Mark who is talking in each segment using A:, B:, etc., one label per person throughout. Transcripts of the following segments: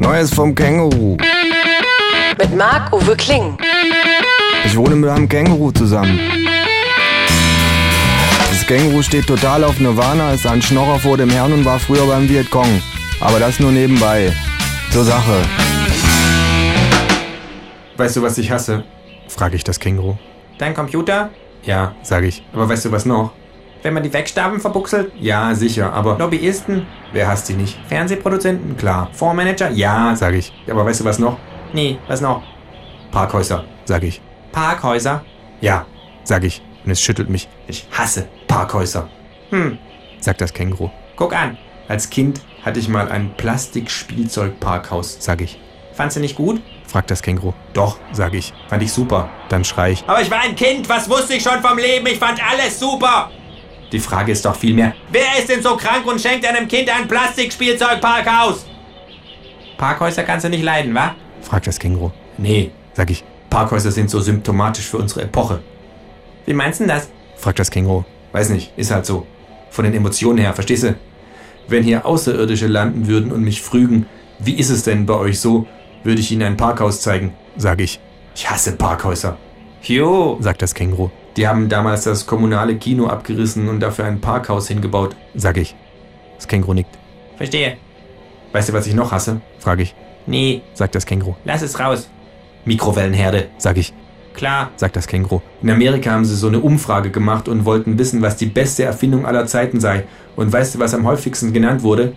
A: Neues vom Känguru.
B: Mit Marc-Uwe Kling.
A: Ich wohne mit einem Känguru zusammen. Das Känguru steht total auf Nirvana, ist ein Schnorrer vor dem Herrn und war früher beim Vietcong. Aber das nur nebenbei. Zur Sache.
C: Weißt du, was ich hasse? frage ich das Känguru. Dein Computer? Ja, sage ich. Aber weißt du was noch? Wenn man die Wegstaben verbuchselt? Ja, sicher. Aber Lobbyisten? Wer hasst die nicht? Fernsehproduzenten? Klar. Fondsmanager? Ja, sage ich. Aber weißt du was noch? Nee, was noch? Parkhäuser, sage ich. Parkhäuser? Ja, sage ich. Und es schüttelt mich. Ich hasse Parkhäuser. Hm, sagt das Känguru. Guck an. Als Kind hatte ich mal ein Plastikspielzeugparkhaus, sage ich. Fandst du nicht gut? fragt das Känguru. Doch, sage ich. Fand ich super. Dann schrei ich. Aber ich war ein Kind, was wusste ich schon vom Leben? Ich fand alles super. Die Frage ist doch vielmehr, wer ist denn so krank und schenkt einem Kind ein Plastikspielzeugparkhaus? Parkhäuser kannst du nicht leiden, wa? fragt das Känguru. Nee, sag ich. Parkhäuser sind so symptomatisch für unsere Epoche. Wie meinst du das? fragt das Känguru. Weiß nicht, ist halt so. Von den Emotionen her, verstehst du? Wenn hier Außerirdische landen würden und mich frügen, wie ist es denn bei euch so, würde ich ihnen ein Parkhaus zeigen, sage ich. Ich hasse Parkhäuser. Jo, sagt das Känguru. Die haben damals das kommunale Kino abgerissen und dafür ein Parkhaus hingebaut, sage ich. Das Känguru nickt. Verstehe. Weißt du, was ich noch hasse? frage ich. Nee, sagt das Känguru. Lass es raus. Mikrowellenherde, sage ich. Klar, sagt das Känguru. In Amerika haben sie so eine Umfrage gemacht und wollten wissen, was die beste Erfindung aller Zeiten sei. Und weißt du, was am häufigsten genannt wurde?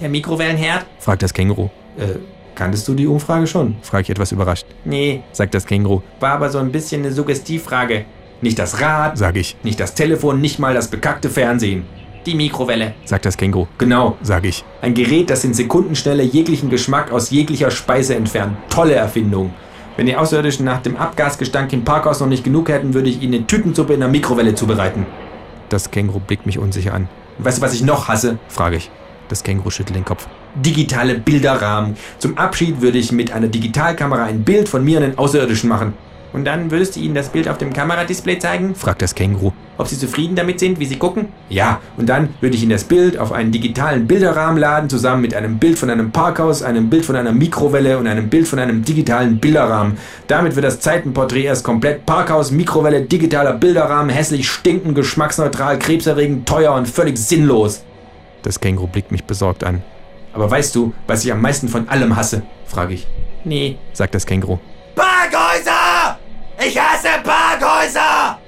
C: Der Mikrowellenherd? fragt das Känguru. Äh, kanntest du die Umfrage schon? frage ich etwas überrascht. Nee, sagt das Känguru. War aber so ein bisschen eine Suggestivfrage. Nicht das Rad, sage ich. Nicht das Telefon, nicht mal das bekackte Fernsehen. Die Mikrowelle, sagt das Känguru. Genau, sage ich. Ein Gerät, das in Sekundenschnelle jeglichen Geschmack aus jeglicher Speise entfernt. Tolle Erfindung. Wenn die Außerirdischen nach dem Abgasgestank im Parkhaus noch nicht genug hätten, würde ich ihnen eine Tütensuppe in der Mikrowelle zubereiten. Das Känguru blickt mich unsicher an. Weißt du, was ich noch hasse? frage ich. Das Känguru schüttelt den Kopf. Digitale Bilderrahmen. Zum Abschied würde ich mit einer Digitalkamera ein Bild von mir und den Außerirdischen machen. Und dann würdest du ihnen das Bild auf dem Kameradisplay zeigen? fragt das Känguru. Ob sie zufrieden damit sind, wie sie gucken? Ja, und dann würde ich ihnen das Bild auf einen digitalen Bilderrahmen laden, zusammen mit einem Bild von einem Parkhaus, einem Bild von einer Mikrowelle und einem Bild von einem digitalen Bilderrahmen. Damit wird das Zeitenporträt erst komplett. Parkhaus, Mikrowelle, digitaler Bilderrahmen, hässlich, stinkend, geschmacksneutral, krebserregend, teuer und völlig sinnlos. Das Känguru blickt mich besorgt an. Aber weißt du, was ich am meisten von allem hasse? frage ich. Nee, sagt das Känguru. Parkhäuser! Ich hasse Parkhäuser!